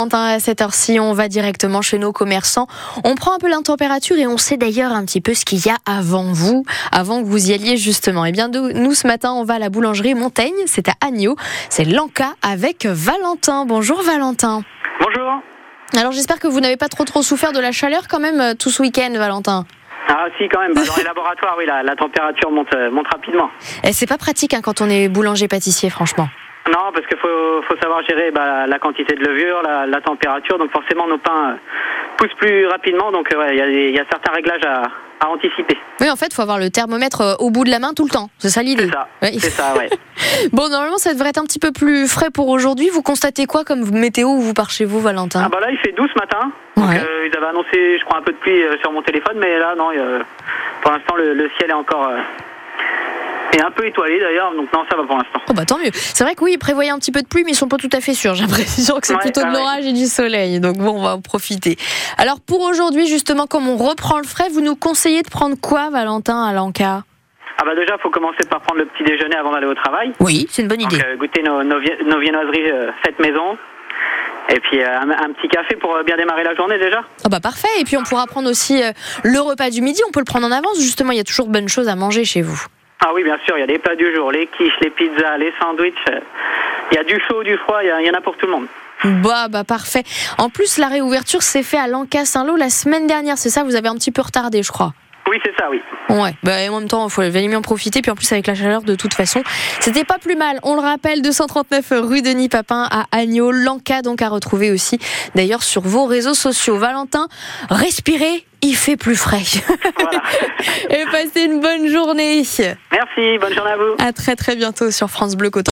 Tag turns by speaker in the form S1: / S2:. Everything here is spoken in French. S1: Hein, À cette heure-ci, on va directement chez nos commerçants. On prend un peu la température et on sait d'ailleurs un petit peu ce qu'il y a avant vous, avant que vous y alliez justement. Et bien, de- nous, ce matin, on va à la boulangerie Montaigne, c'est à Agneau. C'est l'Anca avec Valentin. Bonjour Valentin.
S2: Bonjour.
S1: Alors, j'espère que vous n'avez pas trop trop souffert de la chaleur quand même euh, tout ce week-end, Valentin.
S2: Ah si quand même, bah, dans les laboratoires, oui, la, la température monte, euh, monte rapidement.
S1: Et c'est pas pratique hein, quand on est boulanger-pâtissier, franchement.
S2: Non, parce qu'il faut, faut savoir gérer bah, la quantité de levure, la, la température, donc forcément nos pains euh, poussent plus rapidement, donc euh, ouais, il y a des- il y, a certains réglages à, à anticiper.
S1: Oui, en fait, faut avoir le thermomètre euh, au bout de la main tout le temps. C'est ça l'idée.
S2: C'est ça,
S1: Oui. Ah.
S2: c'est ça, ouais.
S1: Bon, normalement, ça devrait être un petit peu plus frais pour aujourd'hui. Vous constatez quoi comme météo où vous par chez vous, Valentin
S2: Ah bah là, il fait doux ce matin. Donc,
S1: Ouais.
S2: euh, ils avaient annoncé, je crois, un peu de pluie euh, sur mon téléphone, mais là, non, il y a- euh, pour l'instant, le, le ciel est encore... euh, est un peu étoilé d'ailleurs, donc non, ça va pour l'instant.
S1: Oh bah tant mieux. C'est vrai que oui, ils prévoyaient un petit peu de pluie, mais ils sont pas tout à fait sûrs. J'ai l'impression que c'est
S2: Ouais,
S1: plutôt de
S2: ah ouais.
S1: l'orage et du soleil. Donc bon, on va en profiter. Alors pour aujourd'hui, justement, comme on reprend le frais, vous nous conseillez de prendre quoi, Valentin, à l'Anca
S2: Ah bah déjà, faut commencer par prendre le petit déjeuner avant d'aller au travail.
S1: Oui, c'est une bonne
S2: Donc, euh, goûter nos, nos, vie- nos viennoiseries euh, faites maison. Et puis euh, un, un petit café pour euh, bien démarrer la journée déjà.
S1: Ah bah parfait. Et puis on pourra prendre aussi euh, le repas du midi. On peut le prendre en avance. Justement, il y a toujours de bonnes choses à manger chez vous.
S2: Ah oui, bien sûr, il y a les plats du jour, les quiches, les pizzas, les sandwichs. euh, Il y a du chaud, du froid, il y a- il y, en a pour tout le monde.
S1: Bah bah parfait. En plus, la réouverture s'est faite à l'Anca Saint-Lô la semaine dernière. C'est ça, vous avez un petit peu retardé, je crois.
S2: Oui, c'est ça, oui.
S1: Ouais, bah, et en même temps, il faut bien en profiter. Puis en plus, avec la chaleur, de toute façon, c'était pas plus mal. On le rappelle, 239 rue Denis Papin à Agneau. L'Anca, donc, à retrouver aussi, d'ailleurs, sur vos réseaux sociaux. Valentin, respirez, il fait plus frais.
S2: Voilà.
S1: et passez une bonne journée.
S2: Merci, bonne journée à vous.
S1: À très, très bientôt sur France Bleu Coton.